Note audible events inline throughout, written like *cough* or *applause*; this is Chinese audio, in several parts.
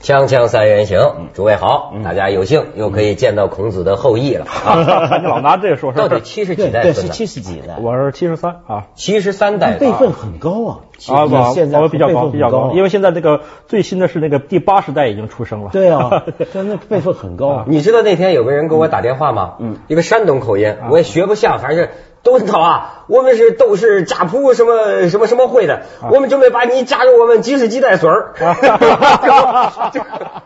锵锵三人行，诸位好，大家有幸又可以见到孔子的后裔了啊！你老拿这个说事到底七十几代对，孙是呢？七十几的，我是七十三啊七十三代辈分很高啊。啊，其实我现在我比较辈分很高，啊比较啊高， *laughs* 因为现在这个最新的是那个第八十代已经出生了。对 *laughs* 啊，真的辈分很啊高。你知道那天有个人给我打电话吗？嗯，一个山东口音，我也学不像，还是都很好啊。我们是都是乍浦什么什么什么会的，我们准备把你加入我们集市鸡蛋水儿，查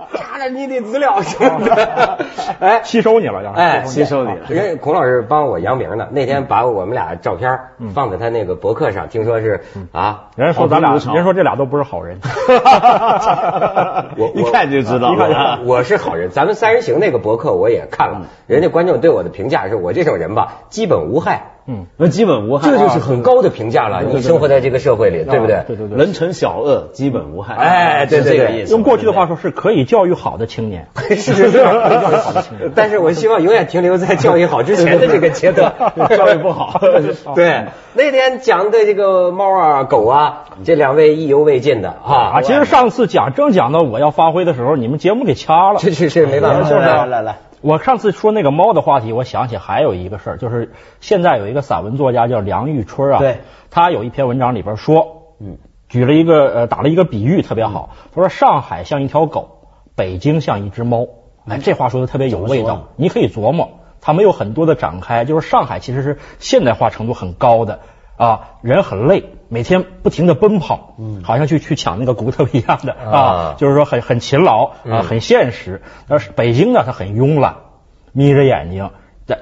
查你的资料什么 *laughs* 的。啊哎，吸收你了，啊啊要是哎，吸收你了。人家孔老师帮我扬名呢，那天把我们俩照片嗯放在他那个博客上，听说是啊，人家说咱俩，好评如潮人家说这俩都不是好 *laughs* 人。我一看就知道我了我是好人。咱们三人行那个博客我也看嗯了，人家观众对我的评价是我这种人吧，基本无害， *laughs* 那基本无害，啊这就是很高的评价了。你生活在这个社会里，对不 *laughs* 对？对对对，人成小恶，基本无害。啊哎对对是这个对意思用过去的话说，是可以教育好的青年。 *laughs* 是是是， *laughs* 但是我希望永远停留在教育好之前的这个阶 *laughs* 段，教 *laughs* 育 *laughs* 不好 *laughs* 啊对，那天讲的这个猫啊、狗啊，这两位意犹未尽的啊啊，，其实上次讲正讲到我要发挥的时候，你们节目给掐 *laughs* 了。这这这没办 *laughs* 来法，来来来，我上次说那个猫的话题，我想起还有一个事儿，就是现在有一个散文作家叫梁玉春啊，对，他有一篇文章里边说，嗯，举了一个呃打了一个比喻特别好，他说上海像一条狗，北京像一只猫，哎，这话说的特别有味嗯怎么说道，你可以琢磨，他没有很多的展开，就是上海其实是现代化程度很高的。啊，人很累，每天不停的奔跑，嗯，好像去去抢那个骨头一样的啊啊，就是说很很勤劳啊，嗯很现实。但是北京呢，它很慵懒，眯着眼睛，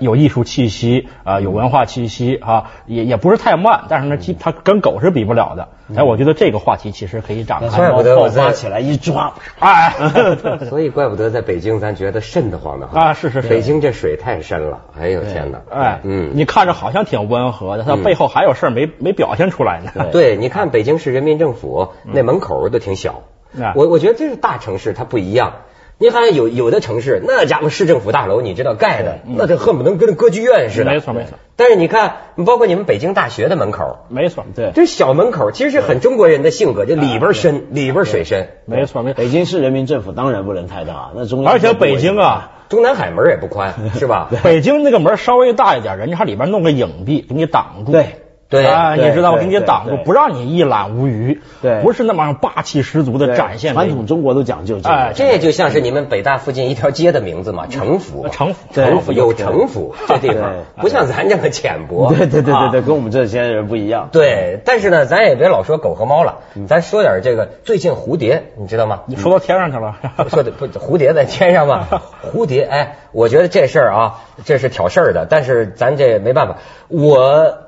有艺术气息啊、有文化气息啊，也也不是太慢，但是呢，基嗯它跟狗是比不了的。哎，我觉得这个话题其实可以展把开。怪不得我猫在抓起来一抓，哎， *laughs* 所以怪不得在北京咱觉得瘆得慌的哈啊是是是北京这水太深了，哎呦天哪，哎，嗯嗯，你看着好像挺温和的，它背后还有事儿没没表现出来 *laughs* 呢。啊对，你看北京市人民政府那门口都挺小，嗯我我觉得这是大城市它不一样。你好像有有的城市，那家伙市政府大楼，你知道盖的，那这恨不能跟歌剧院似的。嗯没错没错。但是你看，包括你们北京大学的门口，没错，对，这小门口其实是很中国人的性格，就里边深，里边水深。没错没错。北京市人民政府当然不能太大，那中央而且北京啊，中南海门也不宽，是 *laughs* 吧？北京那个门稍微大一点，人家还里边弄个影壁给你挡住。对。对啊，对你知道吗？给对你挡住，对不让你一览无余。对不是那么霸气十足对的展现传这个统中国都讲究这哎个，啊这就像是你们北大附近一条街的名字嘛，城嗯府嘛。啊城府对城府有城府，这地方对不像咱这么浅薄。对对对对啊对，跟我们这些人不一样。对，但是呢，咱也别老说狗和猫了，嗯咱说点这个最近蝴蝶，你知道吗？你说到天上去 *laughs* 了，说的不，蝴蝶在天上嘛，蝴蝶，哎，我觉得这事儿啊，这是挑事儿的，但是咱这没办法。我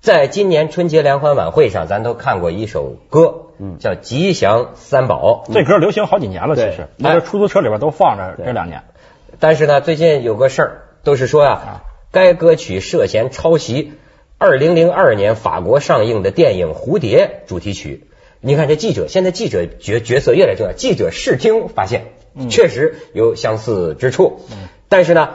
在今年春节联欢晚会上，咱都看过一首歌，嗯叫《吉祥三宝》。这歌流行好几年了，其实对哎那个出租车里边都放着这两年。但是呢，最近有个事儿，都是说啊，该歌曲涉嫌抄袭二零零二年法国上映的电影《蝴蝶》主题曲。你看这记者，现在记者角角色越来越重要。记者试听发现，确实有相似之处，但是呢。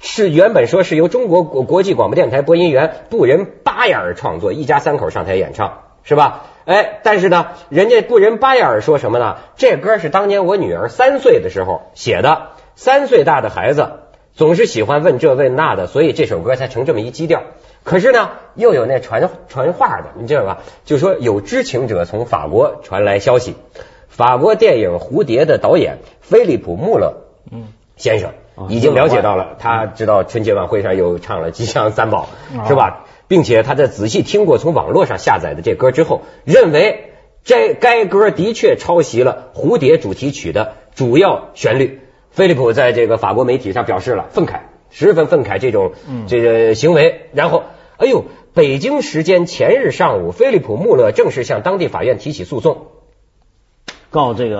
是原本说是由中国国国际广播电台播音员布仁巴雅尔创作，一家三口上台演唱，是吧？哎，但是呢，人家布仁巴雅尔说什么呢？这歌是当年我女儿三岁的时候写的，三岁大的孩子总是喜欢问这问那的，所以这首歌才成这么一基调。可是呢，又有那传传话的，你知道吧？就说有知情者从法国传来消息，法国电影《蝴蝶》的导演菲利普·穆勒，嗯，先生已经了解到了，他知道春节晚会上又唱了《吉祥三宝》，是吧？并且他在仔细听过从网络上下载的这歌之后，认为这该歌的确抄袭了《蝴蝶》主题曲的主要旋律。菲利普在这个法国媒体上表示了愤慨，十分愤慨这种这个行为。然后，哎呦，北京时间前日上午，菲利普·穆勒正式向当地法院提起诉讼。告这个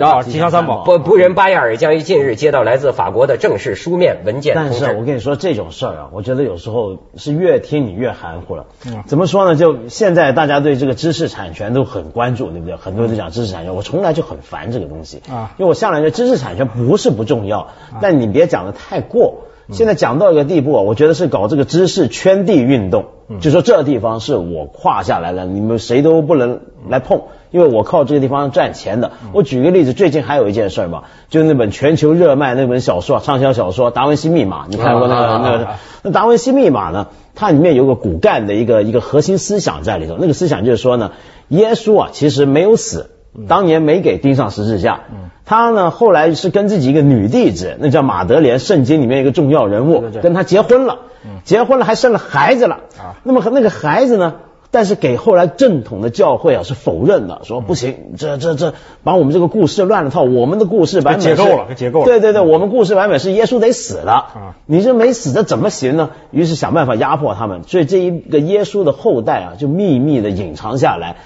啊吉祥三宝不，不仁巴亚尔将于近日接到来自法国的正式书面文件但通是啊我知。跟你说这种事儿啊，我觉得有时候是越听你越含糊了。怎么说呢？就现在大家对这个知识产权都很关注，对不对？很多人都讲知识产权，我从来就很烦这个东西啊因为我向来觉得知识产权不是不重要，但你别讲的太过。现在讲到一个地步啊，我觉得是搞这个知识圈地运动，就说这地方是我跨下来了，你们谁都不能来碰。因为我靠这个地方赚钱的。我举个例子，最近还有一件事儿嘛，就那本全球热卖那本小说，畅销小说《达文西密码》，你看过那啊个啊那个啊？那《达文西密码》呢，它里面有个骨干的一个一个核心思想在里头，那个思想就是说呢，耶稣啊其实没有嗯死。当年没给钉上十字架，他呢后来是跟自己一个女弟子，那叫马德莲，圣经里面一个重要人物对嗯啊对，对跟他结婚了，结婚了还生了孩子了。那么那个孩子呢？但是给后来正统的教会啊是否认嗯的，说不行，这这这把我们这个故事乱了套，我们的故事版本给解构是了给解构了啊对对对，我们故事版本是耶稣得死了，你这没死这怎么行呢？于是想办法压迫他们，所以这一个耶稣的后代啊就秘密的隐藏下来。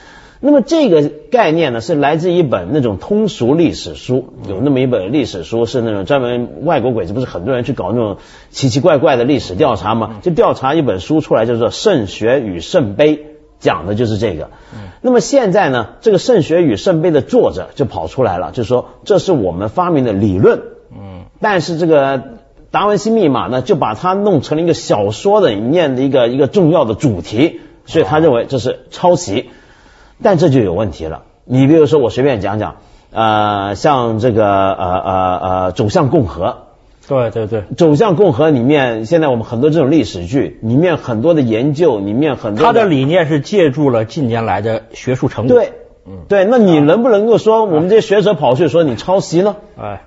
那么这个概念呢，是来自一本那种通俗历史书，有那么一本历史书是那种专门外国鬼子不是很多人去搞那种奇奇怪怪的历史调查嘛，就调查一本书出来叫做《圣学与圣杯》，讲的就是这个。那么现在呢，这个《圣学与圣杯》的作者就跑出来了，就说这是我们发明的理论，嗯，但是这个。达文西密码呢，就把它弄成了一个小说的里面的一个一个重要的主题，所以他认为这是抄袭。但这就有问题了。你比如说，我随便讲讲，呃，像这个呃呃呃，走向共和，对对对，走向共和里面，现在我们很多这种历史剧，里面很多的研究，里面很多他的理念是借助了近年来的学术成果。对，对，那你能不能够嗯说我们这些学者跑去说你抄袭呢？哎，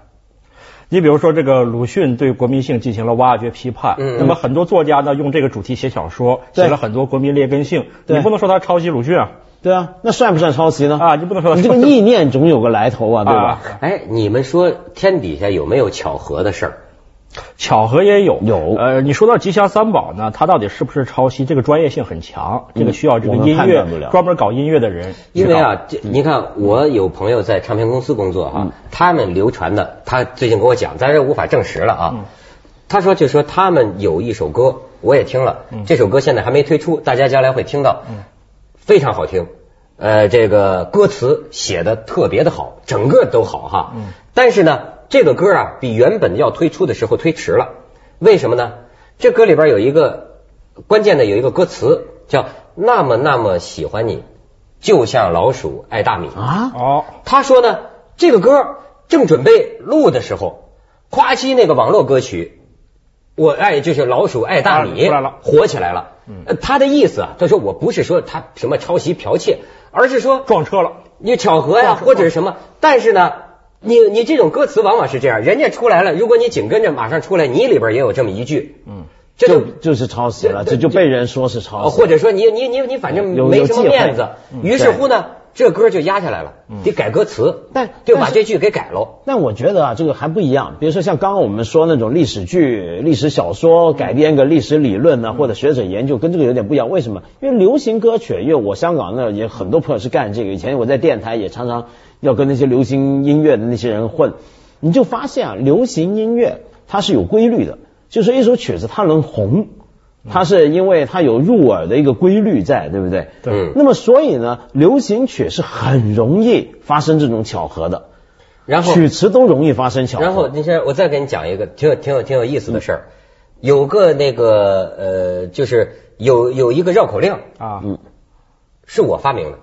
你比如说这个鲁迅对国民性进行了挖掘批判，嗯嗯那么很多作家呢用这个主题写小说，写对了很多国民劣根性，对你不能说他抄袭鲁迅啊，对啊，那算不算抄袭呢？啊你不能说你这个意念总有个来头啊，对吧？啊哎，你们说天底下有没有巧合的事儿？巧合也有，有呃，你说到吉祥三宝呢，它到底是不是抄袭？这个专业性很强，这个需要这个我们音判乐断不了专门搞音乐的人知因道。为啊，这你看，我有朋友在唱片公司工作嗯啊，他们流传的，他最近跟我讲，但是无法证实了嗯啊。他说就说他们有一首歌，我也听了，嗯这首歌现在还没推出，大家将来会听到，非常好听。呃，这个歌词写的特别的好，整个都好哈。但是呢，这个歌啊，比原本要推出的时候推迟了。为什么呢？这歌里边有一个关键的有一个歌词叫“那么那么喜欢你”，就像老鼠爱大米。啊，哦，他说呢，这个歌正准备录的时候，夸西那个网络歌曲《我爱就是老鼠爱大米》啊出来了火起来了。嗯呃他的意思啊，他说我不是说他什么抄袭剽窃，而是说撞车了，你巧合呀，或者是什么，但是呢。你你这种歌词往往是这样，人家出来了，如果你紧跟着马上出来，你里边也有这么一句，嗯，这就就就是抄袭了，这这就这被人说是啊，抄袭。或者说你你你你反正有没什么有忌讳嗯面子，于是乎呢，这歌就压下来了，得改歌词，但就但把是这句给改喽。但我觉得啊，这个还不一样。比如说像刚刚我们说那种历史剧、历史小说改编个历史理论呢、或者学者研究，跟这个有点不一样。为什么？因为流行歌曲，因为我香港那也很多朋友是干这个。以前我在电台也常常要跟那些流行音乐的那些人混，你就发现啊，流行音乐它是有规律的，就是一首曲子它能红，它是因为它有入耳的一个规律在，对不对？对嗯那么所以呢，流行曲是很容易发生这种巧合的。然后，曲词都容易发生巧合。然后，你先，我再给你讲一个挺有、挺有、挺有意思的事儿。有个那个呃，就是有有一个绕口令啊是我发明的，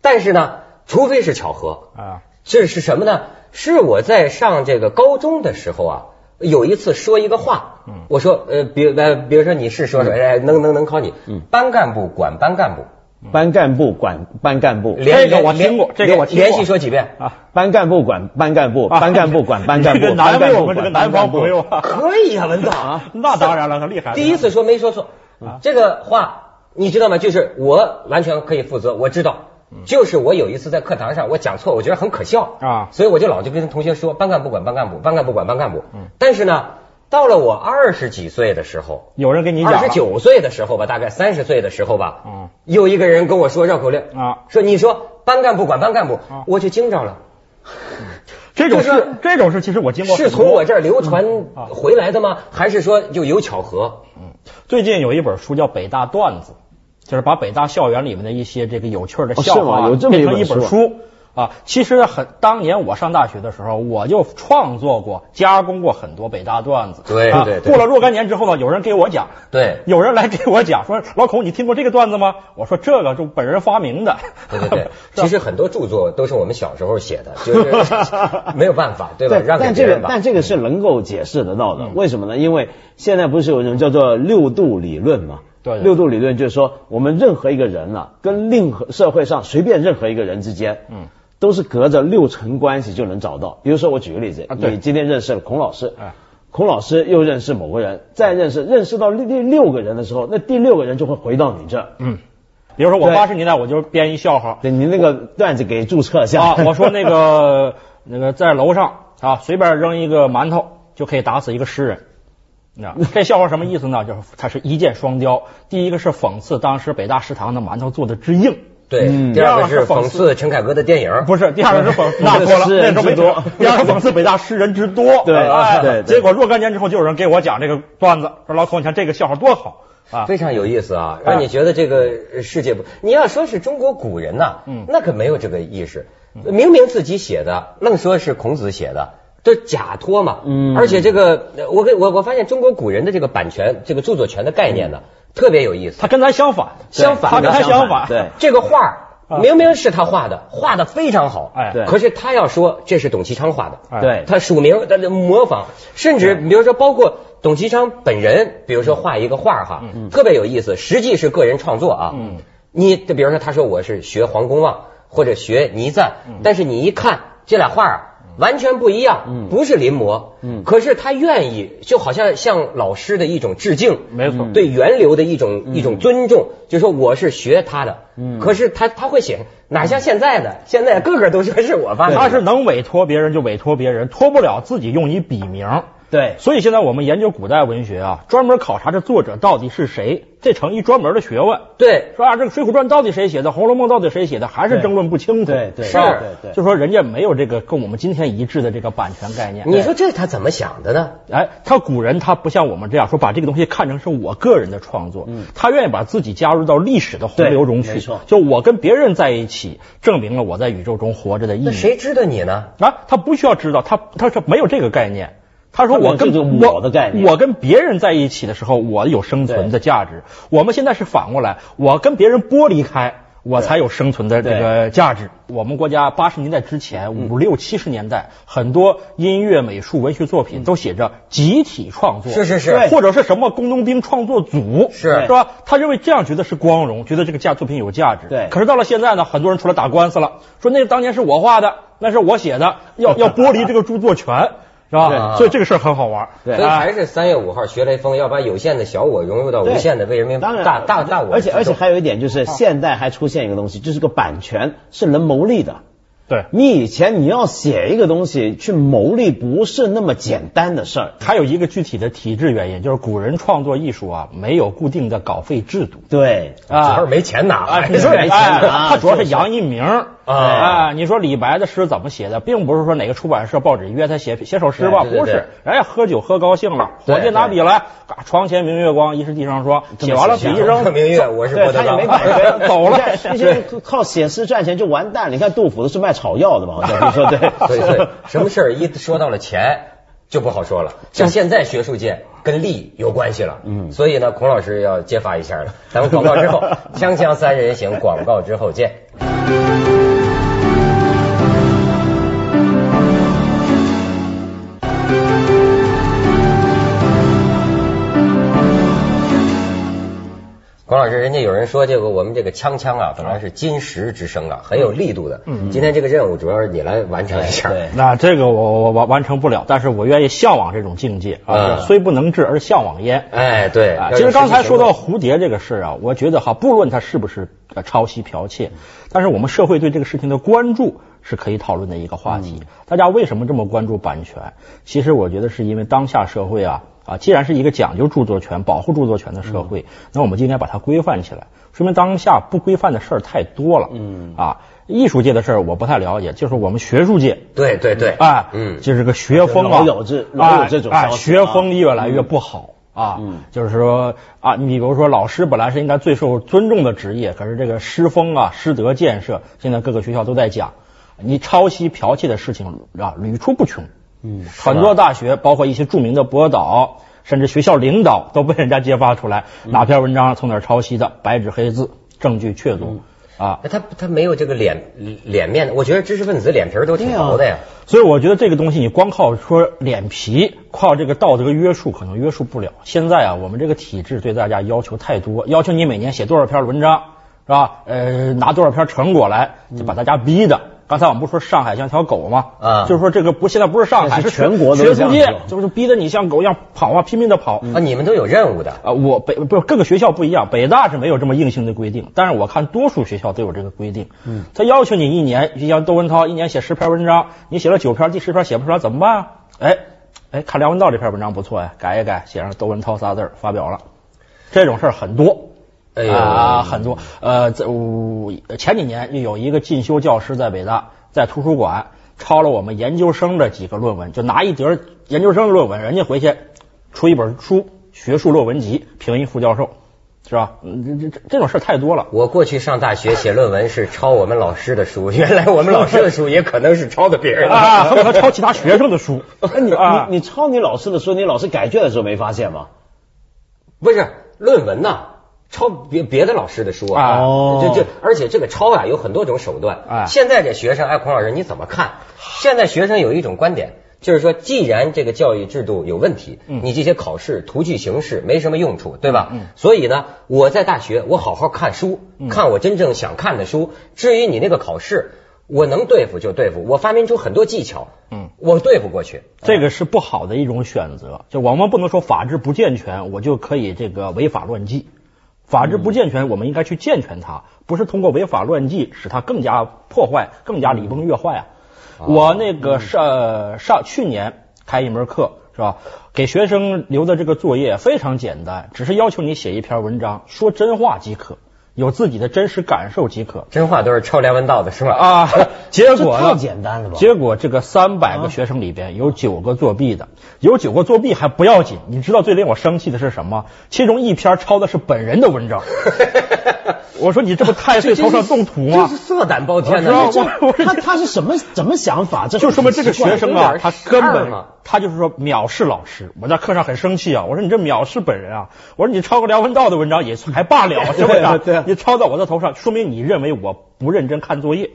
但是呢，除非是巧合，啊，这是什么呢？是我在上这个高中的时候啊，有一次说一个话，嗯我说呃，比呃，比如说你是说说，哎，能能能考你，嗯班干部管班干部，嗯班干部管班干部，这个我听过连这个我听过连续说几 *laughs* 遍，啊班干部管班干部，班干部管班干这个部，难班干为我部们这个管南班方干部朋。友啊，可以啊，文总啊。那当然了，很厉害。第一次说没说错，啊这个话你知道吗？就是我完全可以负责，我知道。嗯就是我有一次在课堂上我讲错，我觉得很可笑啊所以我就老就跟同学说班干部管班干部，班干部管班干部。嗯但是呢，到了我二十几岁的时候，有人跟你讲二十了九岁的时候吧，大概三十岁的时候吧，嗯有一个人跟我说绕口令啊说你说班干部管班干部，嗯我就惊着了。这种就是事，这种事其实我经过是很从多嗯我这儿流传回来的吗？还是说就有巧合？最近有一本书叫《北大段子》，就是把北大校园里面的一些这个有趣儿的哦笑是吗话有这么变一成本一本书书。啊，其实很当年我上大学的时候，我就创作过、加工过很多北大段子。对啊对对过了若干年之后呢，有人给我讲， *laughs* 对有人来给我讲说，老孔，你听过这个段子吗？我说这个就本人发明的。对对 *laughs* 对 *laughs* ，是吧其实很多著作都是我们小时候写的，就是没有办法，对吧？让给别但这个人吧但。这个是能够解释得到的，嗯为什么呢？因为现在不是有一种叫做六度理论嘛？对六度理论就是说，我们任何一个人啊，跟任何社会上随便任何一个人之间，嗯嗯，都是隔着六层关系就能找到。比如说，我举个例子，啊对你今天认识了孔老师，哎孔老师又认识某个人，再认识认识到第第六个人的时候，那第六个人就会回到你这儿。嗯，比如说我对八十年代我就编一笑话对，你那个段子给注册一下 *laughs* *laughs* 啊，我说那个那个在楼上啊，随便扔一个馒头就可以打死一个诗人。那这笑话什么意思呢？就是它是一箭双雕，第一个是讽刺当时北大食堂的馒头做的之硬。对，嗯第二个第二个是是讽讽刺陈凯歌的电影，不是，第二个是讽那那是多了，诗那人时候没之多多。 *laughs* 第二个讽刺北大诗人之多，对哎对对结果若干年之后，就有人给我讲这个段子，说老孔，你看这个笑话多好啊！非常有意思啊，哎让你觉得这个世界不，你要说是中国古人呐、嗯那可没有这个意识，嗯明明自己写的，愣说是孔子写的。这假托嘛，嗯而且这个，呃我给我我发现中国古人的这个版权、这个著作权的概念呢，嗯特别有意思。他跟咱相反，相反他的跟他相反，啊对这个画儿明明是他画的，画的非常好，哎对可是他要说这是董其昌画的，哎对他署名，他模仿，甚至比如说包括董其昌本人，比如说画一个画儿哈，特别有意思，实际是个人创作啊。嗯你比如说他说我是学黄公望或者学倪瓒，嗯但是你一看这俩画儿啊完全不一样，不是临摹。嗯可是他愿意，就好像向老师的一种致敬，没错嗯对源流的一种一种尊重，就说我是学他的。嗯可是他他会写，哪像现在的，现在个个都说是我发明的。他是能委托别人就委托别人，托不了自己用一笔名。对，所以现在我们研究古代文学啊，专门考察这作者到底是谁，这成一专门的学问。对，说啊，这个《水浒传》到底谁写的，《红楼梦》到底谁写的，还是争论不清楚。对对是吧对对对就说人家没有这个跟我们今天一致的这个版权概念。你说这他怎么想的呢？嗯哎，他古人他不像我们这样说，把这个东西看成是我个人的创作，他愿意把自己加入到历史的洪流中嗯对去没错。就我跟别人在一起，证明了我在宇宙中活着的意那义。谁知道你呢？啊，他不需要知道，他他是没有这个概念。他说他没有我跟这个我的概念我跟别人在一起的时候，我有生存的价值。我们现在是反过来，我跟别人剥离开。我才有生存的这个价值。我们国家八十年代之前，嗯五六七十年代，很多音乐、美术、文学作品嗯都写着集体创作，是是是或者是什么工农兵创作组，是是吧？他认为这样觉得是光荣，觉得这个价作品有价值。对可是到了现在呢，很多人出来打官司了，说那当年是我画的，那是我写的，要要剥离这个著 *laughs* 作权，是吧？对所以这个事儿很好玩。对所以啊还是三月五号学雷锋，要把有限的小我融入到无对限的为人民当然大大大我而之且中。而且还有一点就是，现代还出现一个东西，就是个版权是能牟利的。对。你以前你要写一个东西去牟利，不是那么简单的事儿。还有一个具体的体制原因，就是古人创作艺术啊，没有固定的稿费制度对，主要啊是。没钱拿。啊，*laughs* *laughs* 你说没哎，钱拿他主要是杨一鸣啊啊。你说李白的诗怎么写的，并不是说哪个出版社、报纸约他写写首诗吧，对对对不是，人家喝酒喝高兴了，对伙计拿笔来，嘎床前明月光，疑是地上霜，写 *laughs* 完了笔一扔，明月，我是 *laughs* 对郭他德纲。也没。版权，走了那些那些人靠写诗赚钱就完蛋了。你看杜甫都是卖草药的嘛，好像你说对所以，所 *laughs* 以什么事儿一说到了钱，就不好说了。像现在学术界跟利有关系了，嗯，所以呢，孔老师要揭发一下了。咱们广告之 *laughs* 后，锵锵三人行，广告之后见。孔老师，人家有人说这个我们这个锵锵啊，本来是金石之声啊，很有力度的。嗯，今天这个任务主要是你来完成一下。对 *laughs* 那这个我我完完成不了，但是我愿意向往这种境界啊，嗯就虽不能至而向往焉。哎，对啊，，要有其实刚才实际行说动到蝴蝶这个事啊，我觉得哈，不论它是不是呃抄袭剽窃，但是我们社会对这个事情的关注是可以讨论的一个话题。嗯大家为什么这么关注版权？其实我觉得是因为当下社会啊啊，既然是一个讲究著作权、保护著作权的社会，嗯那我们就应该把它规范起来。说明当下不规范的事儿太多了。嗯啊，艺术界的事儿我不太了解，就是我们学术界。对对对，哎，嗯，就是这个学风啊，老有这老有这种哎哎消息啊嗯学风越来越不好。啊，就是说啊，你比如说老师本来是应该最受尊重的职业，可是这个师风啊、师德建设，现在各个学校都在讲你抄袭剽窃的事情啊屡出不穷。嗯，很多大学，包括一些著名的博导，甚至学校领导都被人家揭发出来嗯哪篇文章从哪儿抄袭的，白纸黑字，证据确嗯凿哎啊。那他他没有这个脸脸面，我觉得知识分子脸皮儿都挺薄的呀。所以我觉得这个东西你光靠说脸皮，靠这个道德约束可能约束不了。现在啊，我们这个体制对大家要求太多，要求你每年写多少篇文章，是吧？呃，拿多少篇成果来，就把大家逼的。刚才我们不是说上海像条狗吗？啊就是说这个不，现在不是上海，现在是是全国都全这世样界做，就是逼得你像狗一样跑啊，拼命的跑。啊，你们都有任务的。啊，我北不是各个学校不一样，北大是没有这么硬性的规定，但是我看多数学校都有这个规定。嗯，他要求你一年，就像窦文涛一年写十篇文章，你写了九篇，第十篇写不出来怎么办啊？哎哎，看梁文道这篇文章不错呀，改一改，写上窦文涛仨字儿发表了，这种事儿很多。哎呦啊，很多。呃，在我前几年就有一个进修教师在北大，在图书馆抄了我们研究生的几个论文，就拿一叠研究生的论文，人家回去出一本书，学术论文集，评一副教授，是吧？嗯这这这种事儿太 *laughs* 多了。我过去上大学写论文是抄我们老师的书，原来我们老师的书也可能是抄的别人的。 *laughs* 啊，恨不得抄其他学生 *laughs* 的书。你啊你你抄你老师的书，你老师改卷的时候没发现吗？不是论文呐、抄别别的老师的书啊，啊哦这这，而且这个抄啊有很多种手段。哎现在这学生，哎，孔老师你怎么 *sighs* 看？现在学生有一种观点，就是说，既然这个教育制度有问题，嗯你这些考试徒具形式，没什么用处，对吧？所以呢，我在大学我好好看书，嗯看我真正想看的书。至于你那个考试，我能对付就对付，我发明出很多技巧，嗯，我对付过去。这个是不好的一种选择。就我们不能说法治不健全，我就可以这个违法乱纪。法治不健全，我们应该去健全它，不是通过违法乱纪使它更加破坏、更加里崩越坏啊。我那个上上去年开一门课是吧？给学生留的这个作业非常简单，只是要求你写一篇文章，说真话即可，有自己的真实感受即可。真话都是抄梁文道的，是吧？啊，结果呢这太简单了吧结果这个三百个学生里边有九个作弊的，有九个作弊还不要紧，你知道最令我生气的是什么？其中一篇抄的是本人的文 *laughs* 章。我说你这不太岁头上动土吗这是？色胆包天是吧的，我我是他他是什么怎么想法？这 *laughs* 就说明这个学生啊有点，他根事儿本嘛他就是说藐视老师。我在课上很生气啊，我说你这藐视本人啊，我说你抄个梁文道的文章也还罢 *laughs* 了，是不是啊？对啊你抄到我的头上，说明你认为我不认真看作业，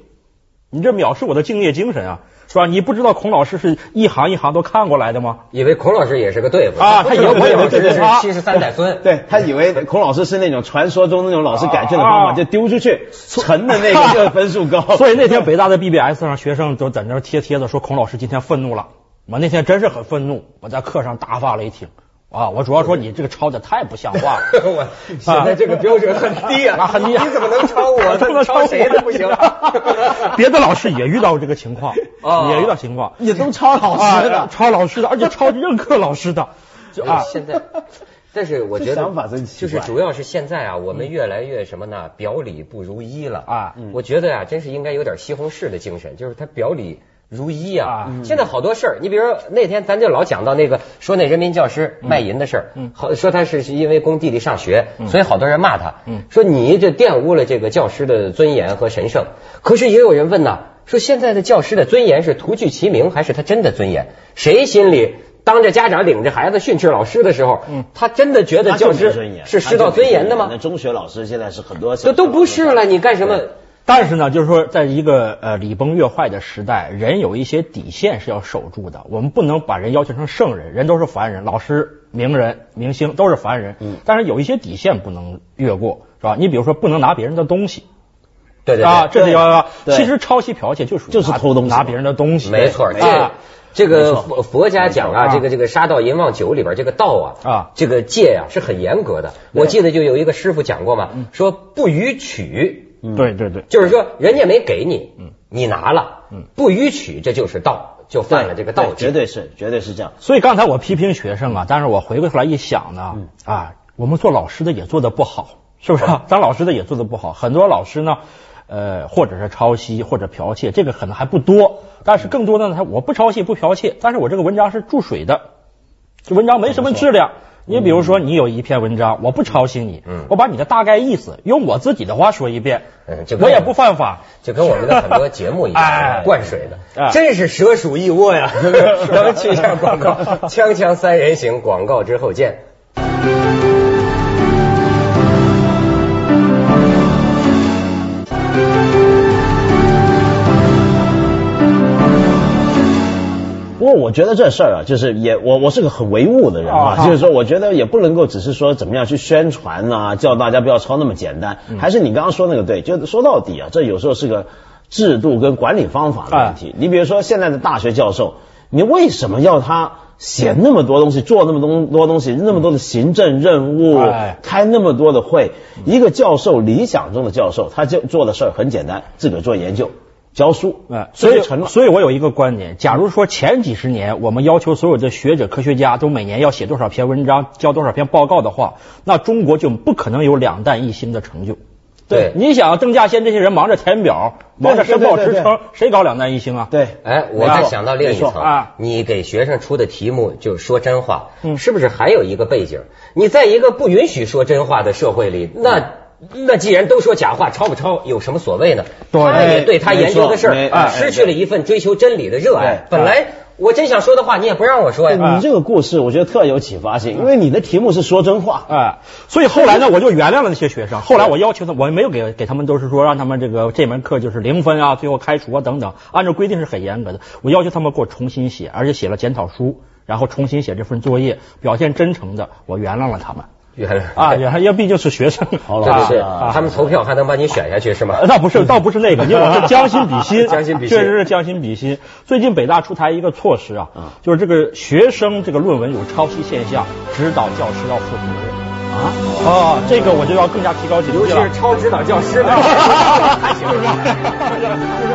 你这藐视我的敬业精神啊，是吧？你不知道孔老师是一行一行都看过来的吗？以为孔老师也是个对付啊不他以知道为我孔也老对师对是他七十三代孙， *laughs* 对他以为孔老师是那种传说中那种老师改卷的方法，啊就丢出去，沉的 *laughs* 那 *laughs* 个就分数高。所以那 *laughs* 天北大的 BBS 上，学生都在那儿贴帖子说孔老师今天愤怒了。我那天真是很愤怒，我在课上大发雷霆啊！我主要说你这个抄的太不像话了。我现在这个标准很低啊，啊很低啊你怎么能抄我？ *laughs* 怎么那抄谁都不 *laughs* 行。 *laughs* 别的老师也遇到这个情况，哦也遇到情况，也都抄老师啊的，，抄老师的，而且抄任课老师的，就啊，现在，但是我觉这得想法真奇就怪是主要是现在啊，我们越来越什么呢？表里不如一了啊我觉得啊，真是应该有点西红柿的精神，就是他表里。如一啊！啊嗯现在好多事儿，你比如说那天咱就老讲到那个说那人民教师卖淫的事儿，好说他是是因为工地里上学，所以好多人骂他，说你这玷污了这个教师的尊严和神圣。可是也有人问呐，说现在的教师的尊严是徒具其名，还是他真的尊严？谁心里当着家长领着孩子训斥老师的时候，他真的觉得教他就没师尊严是失到尊严的那吗？中学老师现在是很多这都不是了，你干什么？但是呢，就是说，在一个呃礼崩乐坏的时代，人有一些底线是要守住的。我们不能把人要求成圣人，人都是凡人，老师、名人、明星都是凡人。嗯，但是有一些底线不能越过，是吧？你比如说，不能拿别人的东西对对啊，对，这是要要。对其实抄袭剽窃就属于就是拿偷东西嘛拿别人的东 *laughs* 西。没错，对这啊这个佛佛家讲没啊，错这个这个杀盗淫妄酒里边这个道啊啊这个戒呀是很严格的。我记得就有一个师傅讲过嗯嘛，说不予取，对对对。就是说人家没给你，嗯你拿了，不予取，这就是盗，就犯了这个盗对戒绝。对是，绝对是这样。所以刚才我批评学生啊，但是我回过头来一想呢，啊，我们做老师的也做的不好，是不是、啊？当老师的也做的不好，很多老师呢，呃，或者是抄袭或者剽窃，这个可能还不多，但是更多的呢，他我不抄袭不剽窃，但是我这个文章是注水的，这文章没什么质量。你比如说，你有一篇文章，我不抄袭你，嗯我把你的大概意思用我自己的话说一遍，嗯就跟我也不犯法。就跟我们的很多节目一 *laughs* 哎样，灌水哎的，真是蛇鼠一窝 *laughs* 呀！咱们去一下广告，《锵锵三人行》广告之后见。不过我觉得这事儿啊，就是也我我是个很唯物的人啊，啊就是说我觉得也不能够只是说怎么样去宣传啊，叫大家不要抄那么简单。嗯还是你刚刚说那个对，就是说到底啊，这有时候是个制度跟管理方法的问啊题。你比如说现在的大学教授，你为什么要他？写那么多东西，做那么多多东西，那么多的行政任务，哎开那么多的会，一个教授理想中的教授，他就做的事儿很简单，自个儿做研究、教书，哎，这所就以成了。所以我有一个观点，假如说前几十年我们要求所有的学者、科学家都每年要写多少篇文章、交多少篇报告的话，那中国就不可能有两弹一星的成就。对你想邓稼先这些人忙着填表，忙着申报职称，谁搞两弹一星啊？对，哎，我没还错想到另一层没错啊嗯你给学生出的题目就是说真话，是不是还有一个背景？你在一个不允许说真话的社会嗯里，那那既然都说假话，抄不抄有什么所谓呢？对他也对他研究的事没儿错没啊失去哎了一份追求真理的热爱。本来我真想说的话，你也不让我说呀。嗯嗯你这个故事我觉得特有启发性，因为你的题目是说真话。哎，所以后来呢，我就原谅了那些学生。后来我要求他，我没有给给他们都是说让他们这个这门课就是零分啊，最后开除啊等等，按照规定是很严格的。我要求他们给我重新写，而且写了检讨书，然后重新写这份作业，表现真诚的，我原谅了他们原来啊，原谅，因为毕竟是学生。好嗯对对对，啊他们投票还能把你选下去 *laughs* 是吗？呃倒不是，倒不是那个，因为我是将心比心， *laughs* 将心比心确实是将心比心。最近北大出台一个措施嗯啊，就是这个学生这个论文有抄袭现象，指导教师要负责任。啊，哦，这个我就要更加提高警尤惕其了 *laughs* *laughs* 是。超指导教师的，还行吧？是